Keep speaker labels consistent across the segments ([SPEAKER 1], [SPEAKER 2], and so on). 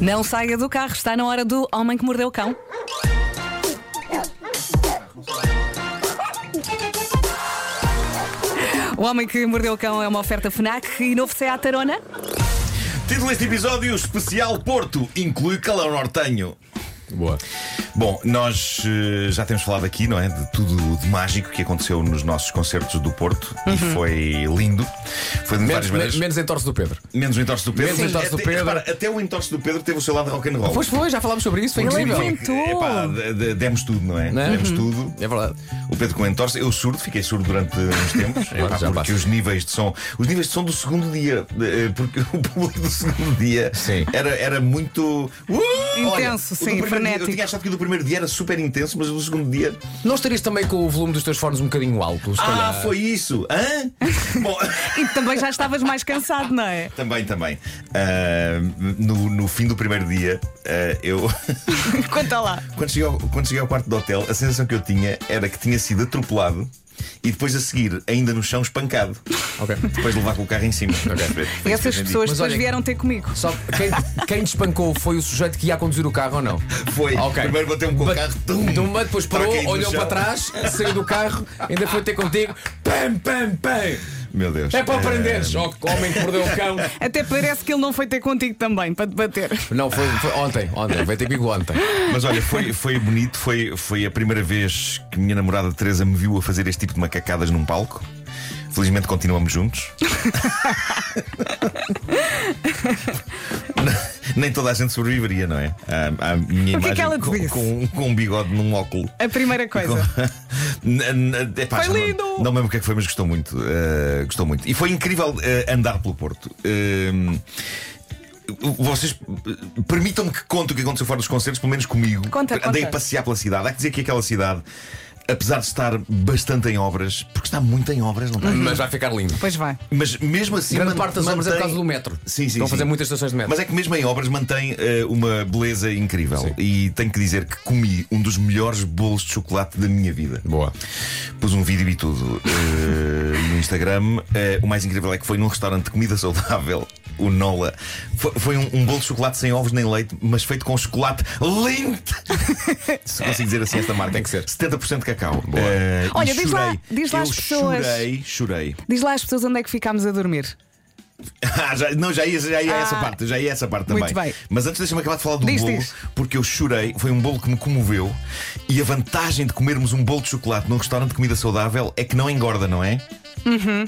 [SPEAKER 1] Não saia do carro, está na hora do Homem que Mordeu o Cão. O Homem que Mordeu o Cão é uma oferta FNAC e novo Seat Arona.
[SPEAKER 2] Título deste episódio especial Porto inclui calor nortenho.
[SPEAKER 3] Boa.
[SPEAKER 2] Bom, nós eh, já temos falado aqui, não é? De tudo de mágico que aconteceu nos nossos concertos do Porto e foi lindo. Foi de
[SPEAKER 3] Uhum. Menos,
[SPEAKER 2] várias maneiras.
[SPEAKER 3] men- menos em torce do Pedro.
[SPEAKER 2] Menos o entorce do Pedro.
[SPEAKER 3] Menos o entorce do
[SPEAKER 2] até,
[SPEAKER 3] Pedro.
[SPEAKER 2] repara, até o entorce do Pedro teve o seu lado rock and roll. Então,
[SPEAKER 3] Pois foi, já falámos sobre isso, foi
[SPEAKER 1] Ele
[SPEAKER 3] incrível.
[SPEAKER 1] é muito- Inventou.
[SPEAKER 2] Epá, de- de- demos tudo, não é?
[SPEAKER 3] Não é?
[SPEAKER 2] Demos tudo.
[SPEAKER 3] É verdade.
[SPEAKER 2] O Pedro com entorse, eu surdo, fiquei surdo durante uns tempos,
[SPEAKER 3] Claro,
[SPEAKER 2] Epá,
[SPEAKER 3] já
[SPEAKER 2] porque
[SPEAKER 3] passa.
[SPEAKER 2] os níveis de som, os níveis de som do segundo dia, eh, porque o público do segundo dia
[SPEAKER 3] Sim.
[SPEAKER 2] era, era muito Uh! Olha,
[SPEAKER 1] Intenso,
[SPEAKER 2] o do
[SPEAKER 1] sim,
[SPEAKER 2] primeiro dia-
[SPEAKER 1] frenético.
[SPEAKER 2] eu tinha achado que o do primeiro dia era super intenso, mas o do segundo dia.
[SPEAKER 3] Não estarias também com o volume dos teus fones um bocadinho alto, se
[SPEAKER 2] Ah,
[SPEAKER 3] calhar.
[SPEAKER 2] foi isso! Hã? Bom,
[SPEAKER 1] E também já estavas mais cansado, não é?
[SPEAKER 2] também, também. Ah, no, no fim do primeiro dia, ah, eu.
[SPEAKER 1] Conta lá.
[SPEAKER 2] Quando cheguei, ao, quando cheguei ao quarto do hotel, a sensação que eu tinha era que tinha sido atropelado e depois a seguir, ainda no chão, espancado.
[SPEAKER 3] Ok.
[SPEAKER 2] Depois de levar com o carro em cima.
[SPEAKER 1] E essas pessoas
[SPEAKER 3] Mas
[SPEAKER 1] depois
[SPEAKER 3] olha-
[SPEAKER 1] vieram ter comigo.
[SPEAKER 3] Só que quem, quem te espancou foi o sujeito que ia a conduzir o carro ou não?
[SPEAKER 2] Foi.
[SPEAKER 3] Ok.
[SPEAKER 2] Primeiro bateu-me com o
[SPEAKER 3] Ba-
[SPEAKER 2] carro, tum.
[SPEAKER 3] de uma, depois
[SPEAKER 2] Estava
[SPEAKER 3] parou,
[SPEAKER 2] caído no
[SPEAKER 3] olhou
[SPEAKER 2] chão.
[SPEAKER 3] para trás, saiu do carro, ainda foi ter contigo. Pam, pam, pam!
[SPEAKER 2] Meu Deus.
[SPEAKER 3] É para aprenderes, ó, homem que mordeu o cão.
[SPEAKER 1] Até parece que ele não foi ter contigo também, para te bater.
[SPEAKER 3] Não, foi, foi ontem, ontem, veio ter comigo ontem.
[SPEAKER 2] Mas olha, foi, foi bonito, foi, foi a primeira vez que minha namorada Teresa me viu a fazer este tipo de macacadas num palco. Felizmente continuamos juntos. Nem toda a gente sobreviveria, não é? À, à minha
[SPEAKER 1] O que é
[SPEAKER 2] imagem
[SPEAKER 1] que ela te
[SPEAKER 2] com,
[SPEAKER 1] disse?
[SPEAKER 2] com- com um bigode num óculo.
[SPEAKER 1] A primeira coisa.
[SPEAKER 2] Na- na- epá,
[SPEAKER 1] Foi
[SPEAKER 2] já não-
[SPEAKER 1] lindo!
[SPEAKER 2] Não, me lembro o que é que foi, mas gostou muito. eh, gostou muito. E foi incrível eh, andar pelo Porto. Eh, vocês eh, permitam-me que conte o que aconteceu fora dos concertos, pelo menos comigo.
[SPEAKER 1] Conta,
[SPEAKER 2] Andei
[SPEAKER 1] conta.
[SPEAKER 2] a passear pela cidade. Há que dizer que aquela cidade, apesar de estar bastante em obras, porque está muito em obras, não está?
[SPEAKER 1] Uhum.
[SPEAKER 3] Mas vai ficar lindo.
[SPEAKER 1] Pois vai.
[SPEAKER 2] Mas mesmo assim.
[SPEAKER 3] Grande
[SPEAKER 2] man-
[SPEAKER 3] parte das obras é por
[SPEAKER 2] mantém-
[SPEAKER 3] causa do metro.
[SPEAKER 2] Sim, sim.
[SPEAKER 3] Estão a
[SPEAKER 2] sim.
[SPEAKER 3] fazer muitas estações de metro.
[SPEAKER 2] Mas é que mesmo em obras mantém eh, uma beleza incrível.
[SPEAKER 3] Sim.
[SPEAKER 2] E tenho que dizer que comi um dos melhores bolos de chocolate da minha vida.
[SPEAKER 3] Boa.
[SPEAKER 2] Pus um vídeo e tudo eh, no Instagram. Eh, o mais incrível é que foi num restaurante de comida saudável, o Nola. Foi, foi um, um bolo de chocolate sem ovos nem leite, mas feito com chocolate Lindt. Se consigo dizer assim esta marca.
[SPEAKER 3] Tem que ser.
[SPEAKER 2] 70% de cacau.
[SPEAKER 3] Boa.
[SPEAKER 2] Eh,
[SPEAKER 1] Olha,
[SPEAKER 2] e
[SPEAKER 1] diz lá-
[SPEAKER 2] chorei.
[SPEAKER 1] diz lá
[SPEAKER 2] Eu
[SPEAKER 1] às pessoas.
[SPEAKER 2] Chorei, chorei.
[SPEAKER 1] Diz lá às pessoas onde é que ficámos a dormir.
[SPEAKER 2] Ah, já- não, já ia, já ia
[SPEAKER 1] Ah.
[SPEAKER 2] essa parte, já ia essa parte também.
[SPEAKER 1] Muito bem.
[SPEAKER 2] Mas antes deixa-me acabar de falar do
[SPEAKER 1] Diz,
[SPEAKER 2] bolo,
[SPEAKER 1] diz.
[SPEAKER 2] porque eu chorei, foi um bolo que me comoveu. E a vantagem de comermos um bolo de chocolate num restaurante de comida saudável é que não engorda, não é? Uhum.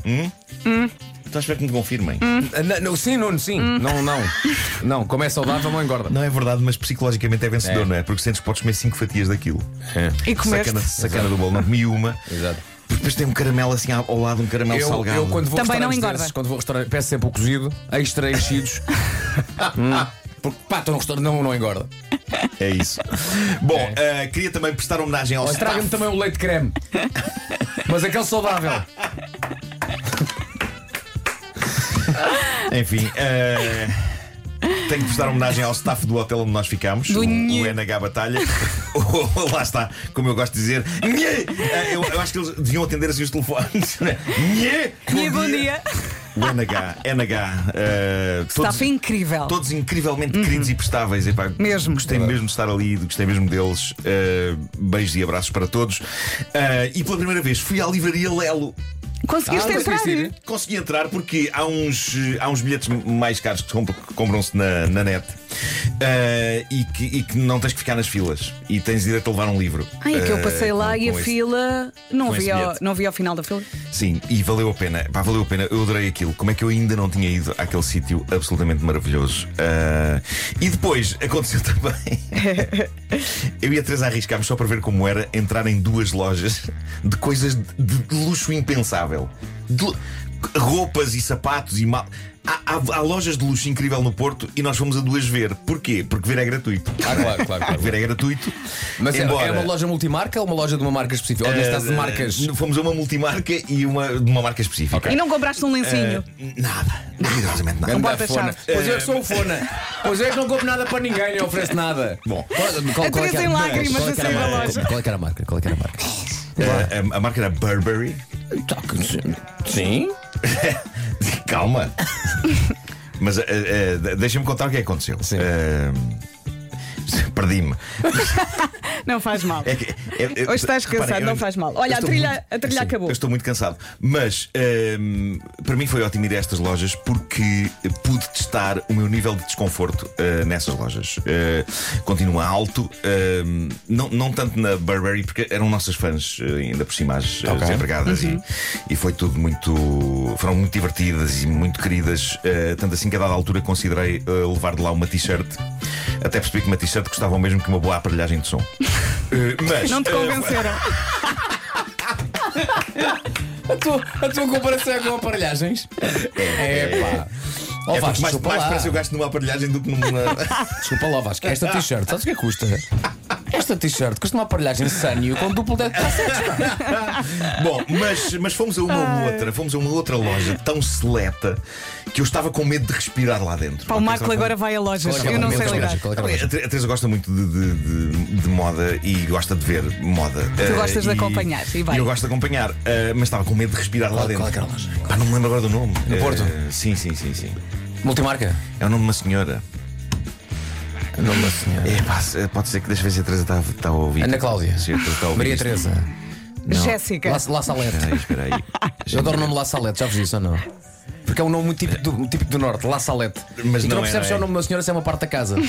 [SPEAKER 2] Hum? Estás a esperar que me confirmem?
[SPEAKER 1] Hum.
[SPEAKER 3] Ah, Não, não, sim, Nuno, sim. Não, não. Não, como é saudável, não engorda.
[SPEAKER 2] Não é verdade, mas psicologicamente é vencedor,
[SPEAKER 3] É.
[SPEAKER 2] não é? Porque sentes que podes comer 5 fatias daquilo.
[SPEAKER 1] E comeste.
[SPEAKER 2] Sacana, sacana do bolo, não comi uma.
[SPEAKER 3] Exato.
[SPEAKER 2] Porque depois tem um caramelo assim ao lado, um caramelo
[SPEAKER 3] Eu,
[SPEAKER 2] salgado.
[SPEAKER 3] eu quando vou a
[SPEAKER 1] Também não
[SPEAKER 3] restaurantes
[SPEAKER 1] engorda.
[SPEAKER 3] desses, quando vou a restaurantes, peço sempre o cozido, extra enchidos. Hum. Porque pá, estou num restaurante, não, não engorda.
[SPEAKER 2] É isso. Bom, eh, queria também prestar homenagem ao
[SPEAKER 3] É. Olha,
[SPEAKER 2] staff
[SPEAKER 3] Traga-me também o leite creme. Mas aquele saudável.
[SPEAKER 2] Enfim, eh, tenho que prestar homenagem ao staff do hotel onde nós ficámos, o,
[SPEAKER 1] Do Nhe.
[SPEAKER 2] o NH Batalha. Lá está, como eu gosto de dizer. Nhe! Eh, eu, eu acho que eles deviam atender assim os telefones. Nhe!
[SPEAKER 1] E bom dia.
[SPEAKER 2] O NH, NH. eh, todos,
[SPEAKER 1] Staff incrível.
[SPEAKER 2] todos incrivelmente queridos e prestáveis. Epá,
[SPEAKER 1] Mesmo.
[SPEAKER 2] Gostei mesmo de estar ali, gostei mesmo deles. Eh, beijos e abraços para todos. Eh, e pela primeira vez fui à livraria Lelo.
[SPEAKER 1] Conseguiste
[SPEAKER 3] Ah,
[SPEAKER 1] entrar?
[SPEAKER 3] conseguiste ir?
[SPEAKER 2] Consegui entrar porque há uns, eh, há uns bilhetes mais caros que se compram- que compram-se na, na net eh, e, que, e que não tens que ficar nas filas e tens direito a levar um livro.
[SPEAKER 1] Ai, é que eu
[SPEAKER 2] eh,
[SPEAKER 1] passei lá
[SPEAKER 2] com-
[SPEAKER 1] e a
[SPEAKER 2] com esse-
[SPEAKER 1] fila. Não
[SPEAKER 2] com
[SPEAKER 1] vi,
[SPEAKER 2] esse
[SPEAKER 1] ao,
[SPEAKER 2] bilhete.
[SPEAKER 1] não vi ao final da fila.
[SPEAKER 2] Sim, e valeu a pena. Pá, valeu a pena. Eu adorei aquilo. Como é que eu ainda não tinha ido àquele sítio absolutamente maravilhoso? Ah, e depois aconteceu também. eu e a Teresa arriscámos só para ver como era entrar em duas lojas de coisas de, de luxo impensável. De lu- roupas e sapatos e mal. Há, há- há lojas de luxo incrível no Porto e nós fomos a duas ver. Porquê? Porque ver é gratuito.
[SPEAKER 3] Ah, claro, claro, claro.
[SPEAKER 2] Ver é gratuito.
[SPEAKER 3] Mas é,
[SPEAKER 2] embora...
[SPEAKER 3] é uma loja multimarca ou uma loja de uma marca específica? Ou neste caso de
[SPEAKER 2] Eh,
[SPEAKER 3] marcas.
[SPEAKER 2] Fomos a uma multimarca e uma, de uma marca específica.
[SPEAKER 1] E não compraste um lencinho.
[SPEAKER 2] É, Nada, rigorosamente nada.
[SPEAKER 3] Ganda
[SPEAKER 1] bota
[SPEAKER 3] fona.
[SPEAKER 1] chave.
[SPEAKER 3] Pois eu que sou o fona. Pois eu que não compro nada para ninguém, nem ofereço nada.
[SPEAKER 2] Bom.
[SPEAKER 3] qual,
[SPEAKER 1] A Teresa
[SPEAKER 3] é que era-
[SPEAKER 1] em lágrimas
[SPEAKER 3] qual é que era
[SPEAKER 1] a sair
[SPEAKER 3] a
[SPEAKER 1] da
[SPEAKER 3] marca?
[SPEAKER 1] loja.
[SPEAKER 3] Qual é que era a marca? Qual é que era a marca?
[SPEAKER 2] É, A, a marca era
[SPEAKER 3] Tá
[SPEAKER 2] Burberry.
[SPEAKER 3] Sim.
[SPEAKER 2] Calma. Mas eh, eh, de- deixa-me contar o que é que aconteceu.
[SPEAKER 3] Sim.
[SPEAKER 2] Eh, Perdi-me.
[SPEAKER 4] Não faz mal.
[SPEAKER 2] É que- é- é-
[SPEAKER 4] Hoje estás
[SPEAKER 2] reparem,
[SPEAKER 4] cansado,
[SPEAKER 2] eu-
[SPEAKER 4] não faz mal. Olha,
[SPEAKER 2] eu
[SPEAKER 4] a
[SPEAKER 2] estou
[SPEAKER 4] trilha-
[SPEAKER 2] muito-
[SPEAKER 4] a trilha
[SPEAKER 2] sim,
[SPEAKER 4] acabou.
[SPEAKER 2] Eu estou muito cansado. Mas hum, para mim foi ótimo ir a estas lojas porque pude testar o meu nível de desconforto uh, nessas lojas. Uh, continua alto, um, não, não tanto na Burberry, porque eram nossas fãs, uh, ainda por cima, as, as
[SPEAKER 3] Ok.
[SPEAKER 2] empregadas,
[SPEAKER 4] Uhum.
[SPEAKER 2] e, e foi tudo muito. foram muito divertidas e muito queridas. uh, tanto assim que a dada altura considerei uh, levar de lá uma t-shirt. Até percebi que uma t-shirt custava o mesmo que uma boa aparelhagem de som. Uh, mas,
[SPEAKER 4] Não te
[SPEAKER 2] uh,
[SPEAKER 4] convenceram.
[SPEAKER 3] A tua, a tua comparação é com aparelhagens? É pá. Ó
[SPEAKER 2] É
[SPEAKER 3] Vasco,
[SPEAKER 2] porque mais,
[SPEAKER 3] desculpa
[SPEAKER 2] mais
[SPEAKER 3] lá.
[SPEAKER 2] parece eu gasto numa aparelhagem do que numa.
[SPEAKER 3] Desculpa lá, Vasco. Esta t-shirt, sabes o que é que custa? Esta t-shirt custa uma aparelhagem Sanyo com duplo dedo de cassetes. pá.
[SPEAKER 2] Bom, mas, mas fomos a uma ou outra, fomos a uma outra loja tão seleta que eu estava com medo de respirar lá dentro.
[SPEAKER 1] Pá, o
[SPEAKER 2] Ok,
[SPEAKER 1] Marco
[SPEAKER 2] estava com-
[SPEAKER 1] agora vai a lojas.
[SPEAKER 3] Qual é que é
[SPEAKER 1] Eu não
[SPEAKER 3] o
[SPEAKER 1] sei
[SPEAKER 3] momento
[SPEAKER 1] lidar.
[SPEAKER 3] mais- qual é que é o
[SPEAKER 2] A
[SPEAKER 3] momento?
[SPEAKER 2] Tre- a Teresa gosta muito de, de- de- de moda e gosta de ver moda. Tu
[SPEAKER 1] gostas de acompanhar, e vai.
[SPEAKER 2] Eu gosto de acompanhar, eh, mas estava com medo de respirar lá
[SPEAKER 3] Qual-
[SPEAKER 2] dentro.
[SPEAKER 3] qual é que era a loja?
[SPEAKER 2] Pá, não me lembro agora do nome.
[SPEAKER 3] No
[SPEAKER 2] Eh,
[SPEAKER 3] Porto?
[SPEAKER 2] Sim, sim, sim, sim.
[SPEAKER 3] Multimarca?
[SPEAKER 2] É o nome de uma senhora.
[SPEAKER 3] O nome da senhora.
[SPEAKER 2] É, pá, se- pode ser que deixa ver se a Teresa está, a- está a ouvir.
[SPEAKER 3] Ana Cláudia.
[SPEAKER 2] Se a Teresa está a ouvir
[SPEAKER 3] Maria
[SPEAKER 2] isto.
[SPEAKER 3] Teresa.
[SPEAKER 2] Não.
[SPEAKER 1] Jéssica.
[SPEAKER 3] La, La Salete.
[SPEAKER 2] Espera aí, espera aí.
[SPEAKER 3] Eu adoro o nome La Salete, já vos disse ou não? Porque é um nome muito típico do, típico do Norte, La Salete.
[SPEAKER 2] Mas
[SPEAKER 3] e tu
[SPEAKER 2] não é,
[SPEAKER 3] não percebes
[SPEAKER 2] não
[SPEAKER 3] se é
[SPEAKER 2] é.
[SPEAKER 3] o nome da senhora, se é uma parte da casa. Onde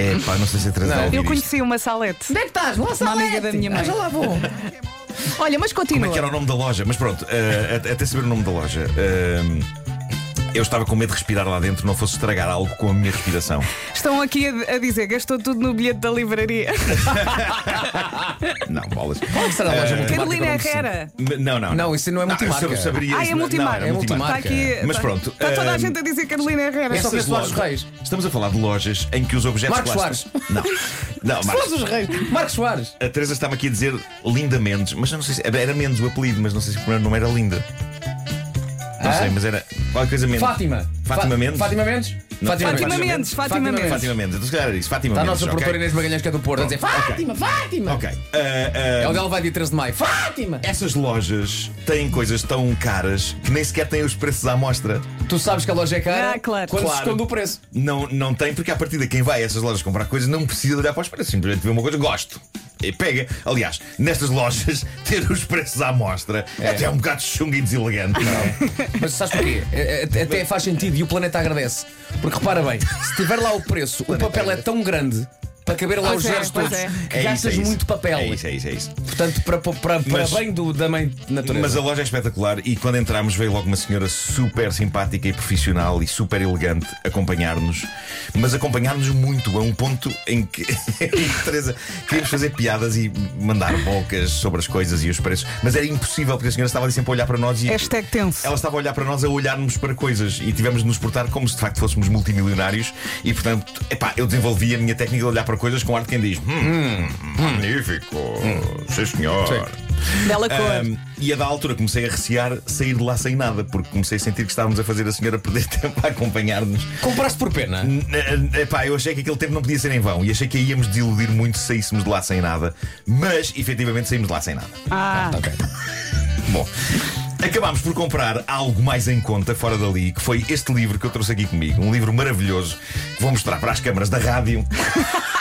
[SPEAKER 2] É, pá, não sei se a Teresa está a ouvir.
[SPEAKER 1] Eu
[SPEAKER 2] isto.
[SPEAKER 1] conheci uma salete.
[SPEAKER 3] é que estás? La Salete.
[SPEAKER 1] amiga da minha mãe.
[SPEAKER 3] Ah, já lá vou.
[SPEAKER 4] Olha, mas
[SPEAKER 2] Como é que
[SPEAKER 4] continua.
[SPEAKER 2] era o nome da loja? Mas pronto, eh, até até saber o nome da loja. eh, eu estava com medo de respirar lá dentro, não fosse estragar algo com a minha respiração.
[SPEAKER 1] Estão aqui a, a dizer, gastou tudo no bilhete da livraria.
[SPEAKER 2] Eh, Não, bolas.
[SPEAKER 3] Qual é que será a loja multimarca?
[SPEAKER 1] Carolina
[SPEAKER 3] que eu não percebo?
[SPEAKER 1] Herrera.
[SPEAKER 2] M- Não, não,
[SPEAKER 3] Não, isso não é
[SPEAKER 2] eu
[SPEAKER 3] multimarca.
[SPEAKER 2] sab- saberia
[SPEAKER 1] Ah,
[SPEAKER 2] isso,
[SPEAKER 1] é
[SPEAKER 2] não-
[SPEAKER 1] multimarca.
[SPEAKER 2] Não, é multimarca.
[SPEAKER 1] Está aqui.
[SPEAKER 2] Mas
[SPEAKER 1] está-
[SPEAKER 2] pronto,
[SPEAKER 1] Está toda a
[SPEAKER 2] hum,
[SPEAKER 1] gente a dizer Carolina Herrera.
[SPEAKER 3] Essa-
[SPEAKER 1] Só-
[SPEAKER 3] É Soares
[SPEAKER 2] lojas-
[SPEAKER 3] Reis.
[SPEAKER 2] Estamos a falar de lojas em que os objetos
[SPEAKER 3] Marcos
[SPEAKER 2] plásticos. Não, não,
[SPEAKER 3] Soares
[SPEAKER 2] Marcos.
[SPEAKER 3] dos Reis. Marcos Soares.
[SPEAKER 2] A Teresa estava aqui a dizer Linda Mendes, mas eu não sei se. Era Mendes o apelido, mas não sei se o primeiro nome era Linda. Não
[SPEAKER 3] Ah?
[SPEAKER 2] sei, mas era qualquer coisa Mendes.
[SPEAKER 3] Fátima.
[SPEAKER 2] Fátima
[SPEAKER 3] Fa-
[SPEAKER 2] Mendes.
[SPEAKER 3] Fátima Mendes.
[SPEAKER 2] Não,
[SPEAKER 1] Fátima Mendes, Fátima Mendes.
[SPEAKER 2] Fátima Mendes, então se calhar era isso. Fátima
[SPEAKER 3] Está a
[SPEAKER 2] Mendes.
[SPEAKER 3] nossa
[SPEAKER 2] ok?
[SPEAKER 3] produtora Inês Magalhães, que é do Porto, a dizer Fátima, Fátima.
[SPEAKER 2] Ok. É. Ah, ah,
[SPEAKER 3] É onde ela vai dia 13 de maio. Fátima!
[SPEAKER 2] essas lojas têm coisas tão caras que nem sequer têm os preços à mostra.
[SPEAKER 3] Tu sabes que a loja é cara
[SPEAKER 1] Ah, claro.
[SPEAKER 3] quando
[SPEAKER 2] Claro.
[SPEAKER 3] se esconde o preço.
[SPEAKER 2] Não, não tem, porque a partir de quem vai a essas lojas comprar coisas não precisa olhar para os preços. Simplesmente vê uma coisa, gosto. E pega. Aliás, nestas lojas, ter os preços à mostra é até um bocado chunga e deselegante. não é?
[SPEAKER 3] Mas sabes porquê? É, é, Até faz sentido e o planeta agradece. Porque repara bem, se tiver lá o preço, o papel é tão grande para caber lá
[SPEAKER 1] Pois
[SPEAKER 3] os
[SPEAKER 1] é,
[SPEAKER 3] zeros
[SPEAKER 1] pois
[SPEAKER 3] todos
[SPEAKER 1] é.
[SPEAKER 3] que
[SPEAKER 2] É isso, é
[SPEAKER 3] gastas
[SPEAKER 2] isso.
[SPEAKER 3] muito papel.
[SPEAKER 2] É isso, é isso, é isso.
[SPEAKER 3] Portanto, para, para, para
[SPEAKER 2] Mas-
[SPEAKER 3] bem do, da mãe natureza.
[SPEAKER 2] Mas a loja é espetacular e quando entramos veio logo uma senhora super simpática e profissional e super elegante acompanhar-nos, mas acompanhar-nos muito a um ponto em que Teresa queríamos fazer piadas e mandar bocas sobre as coisas e os preços, mas era impossível porque a senhora estava ali sempre a olhar para nós e
[SPEAKER 1] Hashtag tenso.
[SPEAKER 2] ela estava a olhar para nós a olharmos para coisas e tivemos de nos portar como se de facto fôssemos multimilionários e portanto, epá, eu desenvolvi a minha técnica de olhar para coisas com ar de quem diz hum, magnífico,
[SPEAKER 1] Hum.
[SPEAKER 2] sim senhor.
[SPEAKER 1] Bela
[SPEAKER 2] Eh,
[SPEAKER 1] cor.
[SPEAKER 2] Ahm, e a da altura comecei a recear sair de lá sem nada, porque comecei a sentir que estávamos a fazer a senhora perder tempo a acompanhar-nos.
[SPEAKER 3] Compraste por pena.
[SPEAKER 2] N- n- Epá, eu achei que aquele tempo não podia ser em vão e achei que íamos desiludir muito se saíssemos de lá sem nada, mas efetivamente saímos de lá sem nada.
[SPEAKER 1] Ah,
[SPEAKER 3] Ok.
[SPEAKER 2] Bom, acabámos por comprar algo mais em conta fora dali, que foi este livro que eu trouxe aqui comigo. Um livro maravilhoso que vou mostrar para as câmaras da rádio.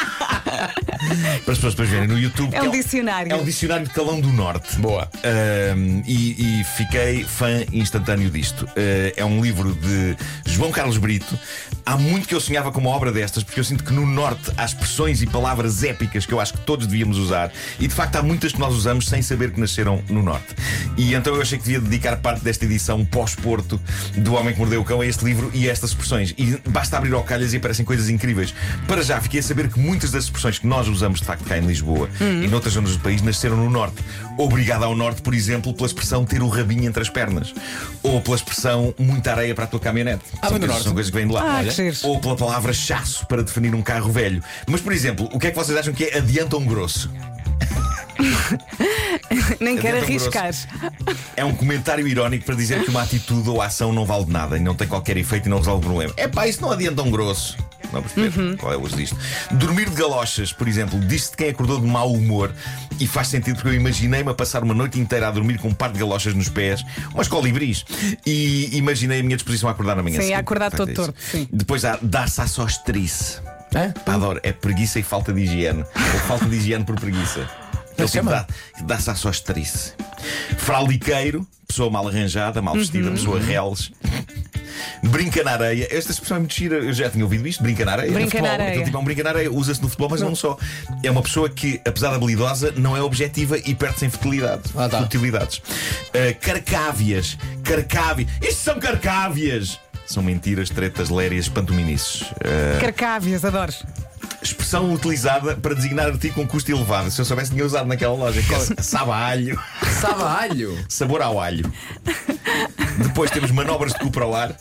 [SPEAKER 2] Para as pessoas depois verem no YouTube.
[SPEAKER 1] É um
[SPEAKER 2] que
[SPEAKER 1] dicionário.
[SPEAKER 2] É um dicionário de Calão do Norte.
[SPEAKER 3] Boa.
[SPEAKER 2] Ahm, e, e fiquei fã instantâneo disto. Eh, é um livro de João Carlos Brito. Há muito que eu sonhava com uma obra destas, porque eu sinto que no Norte há expressões e palavras épicas que eu acho que todos devíamos usar, e de facto há muitas que nós usamos sem saber que nasceram no Norte. E então eu achei que devia dedicar parte desta edição pós-Porto do Homem que Mordeu o Cão a este livro e a estas expressões. E basta abrir ao calhas e aparecem coisas incríveis. Para já, fiquei a saber que muitas das expressões que nós usamos de facto cá em Lisboa e noutras zonas do país nasceram no Norte. Obrigado ao Norte, por exemplo, pela expressão ter o rabinho entre as pernas. Ou pela expressão muita areia para a tua caminhonete.
[SPEAKER 3] Ah,
[SPEAKER 2] são,
[SPEAKER 3] vem do
[SPEAKER 2] coisas,
[SPEAKER 3] Norte.
[SPEAKER 2] são coisas que vêm de lá.
[SPEAKER 1] Ah,
[SPEAKER 2] Olha.
[SPEAKER 1] que giro.
[SPEAKER 2] Ou pela palavra chasso para definir um carro velho. Mas, por exemplo, o que é que vocês acham que é adianta um grosso?
[SPEAKER 1] Nem
[SPEAKER 2] É
[SPEAKER 1] quero
[SPEAKER 2] tão grosso.
[SPEAKER 1] arriscar.
[SPEAKER 2] É um comentário irónico para dizer que uma atitude ou ação não vale de nada e não tem qualquer efeito e não resolve o problema. É pá, isso não adianta um grosso. Não percebes
[SPEAKER 1] Uhum.
[SPEAKER 2] qual é o uso disto. Dormir de galochas, por exemplo, diz-se de quem acordou de mau humor e faz sentido porque eu imaginei-me a passar uma noite inteira a dormir com um par de galochas nos pés, umas colibris, e imaginei a minha disposição a acordar na manhã
[SPEAKER 1] Sim, a
[SPEAKER 2] seguinte.
[SPEAKER 1] acordar
[SPEAKER 2] Portanto,
[SPEAKER 1] todo
[SPEAKER 2] é isso.
[SPEAKER 1] torto, sim.
[SPEAKER 2] Depois há dar-se à sostrice.
[SPEAKER 3] Hã?
[SPEAKER 2] Pá, adoro. É preguiça e falta de higiene. Ou falta de higiene por preguiça. Ele
[SPEAKER 3] Mas
[SPEAKER 2] tipo
[SPEAKER 3] chama.
[SPEAKER 2] dá- dá-se à só estrice. Fraliqueiro, pessoa mal arranjada, mal vestida, pessoa reles. Brinca na areia. Esta expressão é muito gira. Eu já tinha ouvido isto. Brinca na areia.
[SPEAKER 1] Brinca
[SPEAKER 2] no futebol.
[SPEAKER 1] na areia.
[SPEAKER 2] Aquele tipo é um brinca na areia. Usa-se no futebol, mas não. só. É uma pessoa que, apesar de habilidosa, não é objetiva e perde-se em futilidade.
[SPEAKER 3] Ah, tá.
[SPEAKER 2] futilidades. Ah, carcávias. Carcávias. Isto são carcávias. São mentiras, tretas, lérias, pantominices. Ah,
[SPEAKER 1] Carcávias, adoro.
[SPEAKER 2] expressão utilizada para designar artigo com custo elevado. Se eu soubesse, tinha usado naquela loja. Que é sabe a alho,
[SPEAKER 3] Sabe a alho?
[SPEAKER 2] sabor ao alho. Depois temos manobras de cu para o ar,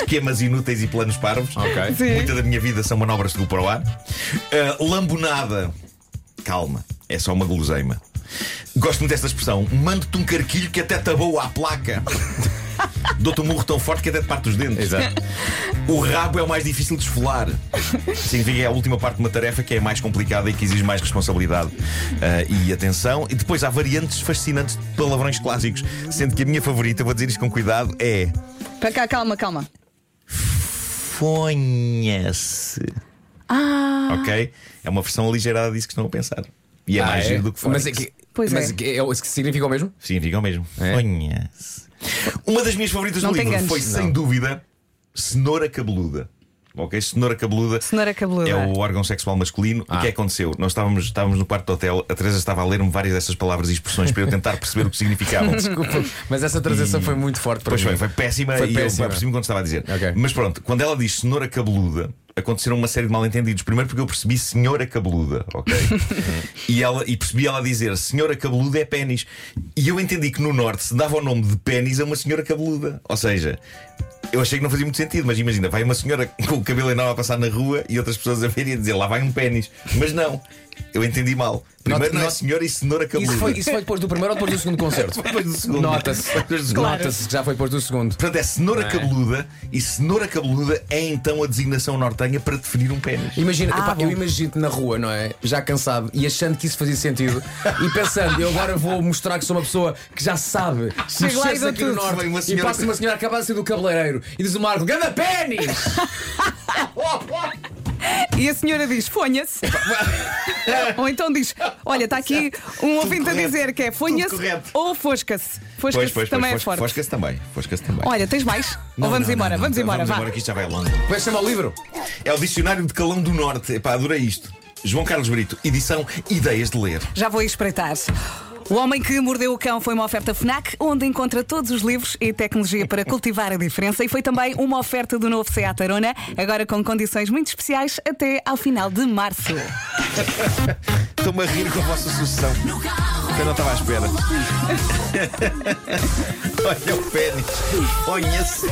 [SPEAKER 2] esquemas inúteis e planos parvos.
[SPEAKER 3] Ok.
[SPEAKER 1] Sim.
[SPEAKER 2] Muita da minha vida são manobras de cu para o ar. Ah, lambonada. Calma, é só uma guloseima. Gosto muito desta expressão. Mando-te um carquilho que até taboa a placa. Dou-te um murro tão forte que até te parte os dentes.
[SPEAKER 3] Exato.
[SPEAKER 2] O rabo é o mais difícil de esfolar. Significa que é a última parte de uma tarefa que é mais complicada e que exige mais responsabilidade ah, e atenção. E depois há variantes fascinantes de palavrões clássicos. Sendo que a minha favorita, vou dizer isto com cuidado, é.
[SPEAKER 4] Para cá, calma, calma.
[SPEAKER 2] Fonha-se.
[SPEAKER 1] Ah,
[SPEAKER 3] Ah.
[SPEAKER 2] Ok? É uma versão aligerada disso que estão a pensar. E é mais giro do que fora.
[SPEAKER 3] Mas é que.
[SPEAKER 4] Pois
[SPEAKER 3] mas
[SPEAKER 4] é.
[SPEAKER 3] que é o- isso que significa o mesmo?
[SPEAKER 2] Significa o mesmo.
[SPEAKER 3] É?
[SPEAKER 2] Fonha-se. Uma das minhas favoritas
[SPEAKER 1] Não
[SPEAKER 2] do
[SPEAKER 1] tem
[SPEAKER 2] livro
[SPEAKER 1] gancho.
[SPEAKER 2] foi, sem dúvida, cenoura cabeluda. Ok? Cenoura cabeluda.
[SPEAKER 1] Cenoura cabeluda.
[SPEAKER 2] É o órgão sexual masculino. O que é que aconteceu? Nós estávamos, estávamos no quarto do hotel, a Teresa estava a ler-me várias dessas palavras e expressões para eu tentar perceber o que significavam.
[SPEAKER 3] Desculpa, mas essa transição foi muito forte para
[SPEAKER 2] Pois
[SPEAKER 3] mim.
[SPEAKER 2] foi, foi péssima
[SPEAKER 3] Foi
[SPEAKER 2] e eu
[SPEAKER 3] péssima.
[SPEAKER 2] percebi-me quando estava a dizer.
[SPEAKER 3] Ok.
[SPEAKER 2] Mas pronto, quando ela diz cenoura cabeluda, aconteceram uma série de mal-entendidos. Primeiro porque eu percebi senhora cabeluda, ok? e, ela, e percebi ela dizer senhora cabeluda é pênis. E eu entendi que no norte se dava o nome de pênis a uma senhora cabeluda. Ou seja. Eu achei que não fazia muito sentido, mas imagina, vai uma senhora com o cabelo enorme a passar na rua e outras pessoas a verem e a dizer lá vai um pênis. Mas não, eu entendi mal. Primeiro
[SPEAKER 3] Nota-
[SPEAKER 2] não é
[SPEAKER 3] nota-
[SPEAKER 2] senhora e cenoura cabeluda.
[SPEAKER 3] Isso foi, isso foi depois do primeiro ou depois do segundo concerto?
[SPEAKER 2] Depois do segundo.
[SPEAKER 3] Nota-se.
[SPEAKER 2] Depois do segundo.
[SPEAKER 3] Nota-se que já foi depois do segundo.
[SPEAKER 2] Portanto, é cenoura
[SPEAKER 3] Não é?
[SPEAKER 2] cabeluda e cenoura cabeluda é então a designação nortenha para definir um pênis.
[SPEAKER 3] Imagina,
[SPEAKER 1] Ah,
[SPEAKER 3] epá,
[SPEAKER 1] bom.
[SPEAKER 3] eu imagino-te na rua, não é? Já cansado e achando que isso fazia sentido e pensando, eu agora vou mostrar que sou uma pessoa que já sabe. Se
[SPEAKER 1] Chego lá e
[SPEAKER 3] mexesse
[SPEAKER 1] dou
[SPEAKER 3] aqui no
[SPEAKER 1] tudo.
[SPEAKER 2] Vem uma
[SPEAKER 3] norte e
[SPEAKER 2] senhora-
[SPEAKER 3] passa uma senhora acabada de sair do cabeleireiro e diz o Marco: Ganda pênis!
[SPEAKER 1] E a senhora diz: fonha-se. ou então diz: olha, está aqui um ouvinte a
[SPEAKER 2] correto.
[SPEAKER 1] dizer que é
[SPEAKER 2] Tudo
[SPEAKER 1] fonha-se
[SPEAKER 2] correto.
[SPEAKER 1] ou fosca-se. Fosca-se também é forte.
[SPEAKER 2] Fosca-se também. Fosca-se também.
[SPEAKER 1] Olha, tens mais? ou vamos
[SPEAKER 2] Não, não,
[SPEAKER 1] embora?
[SPEAKER 2] não,
[SPEAKER 1] vamos
[SPEAKER 2] não,
[SPEAKER 1] embora,
[SPEAKER 2] vamos
[SPEAKER 1] vá.
[SPEAKER 2] embora que isto já vai longe.
[SPEAKER 3] Vai chamar o livro?
[SPEAKER 2] É o Dicionário de Calão do Norte. Epá, adorei isto. João Carlos Brito, edição Ideias de Ler.
[SPEAKER 1] Já vou espreitar. O Homem que Mordeu o Cão foi uma oferta FNAC, onde encontra todos os livros e tecnologia para cultivar a diferença e foi também uma oferta do novo Seat Arona, agora com condições muito especiais até ao final de março.
[SPEAKER 2] Estou-me a rir com a vossa sucessão. Que eu não estava à espera. Olha o pênis. Olha-se.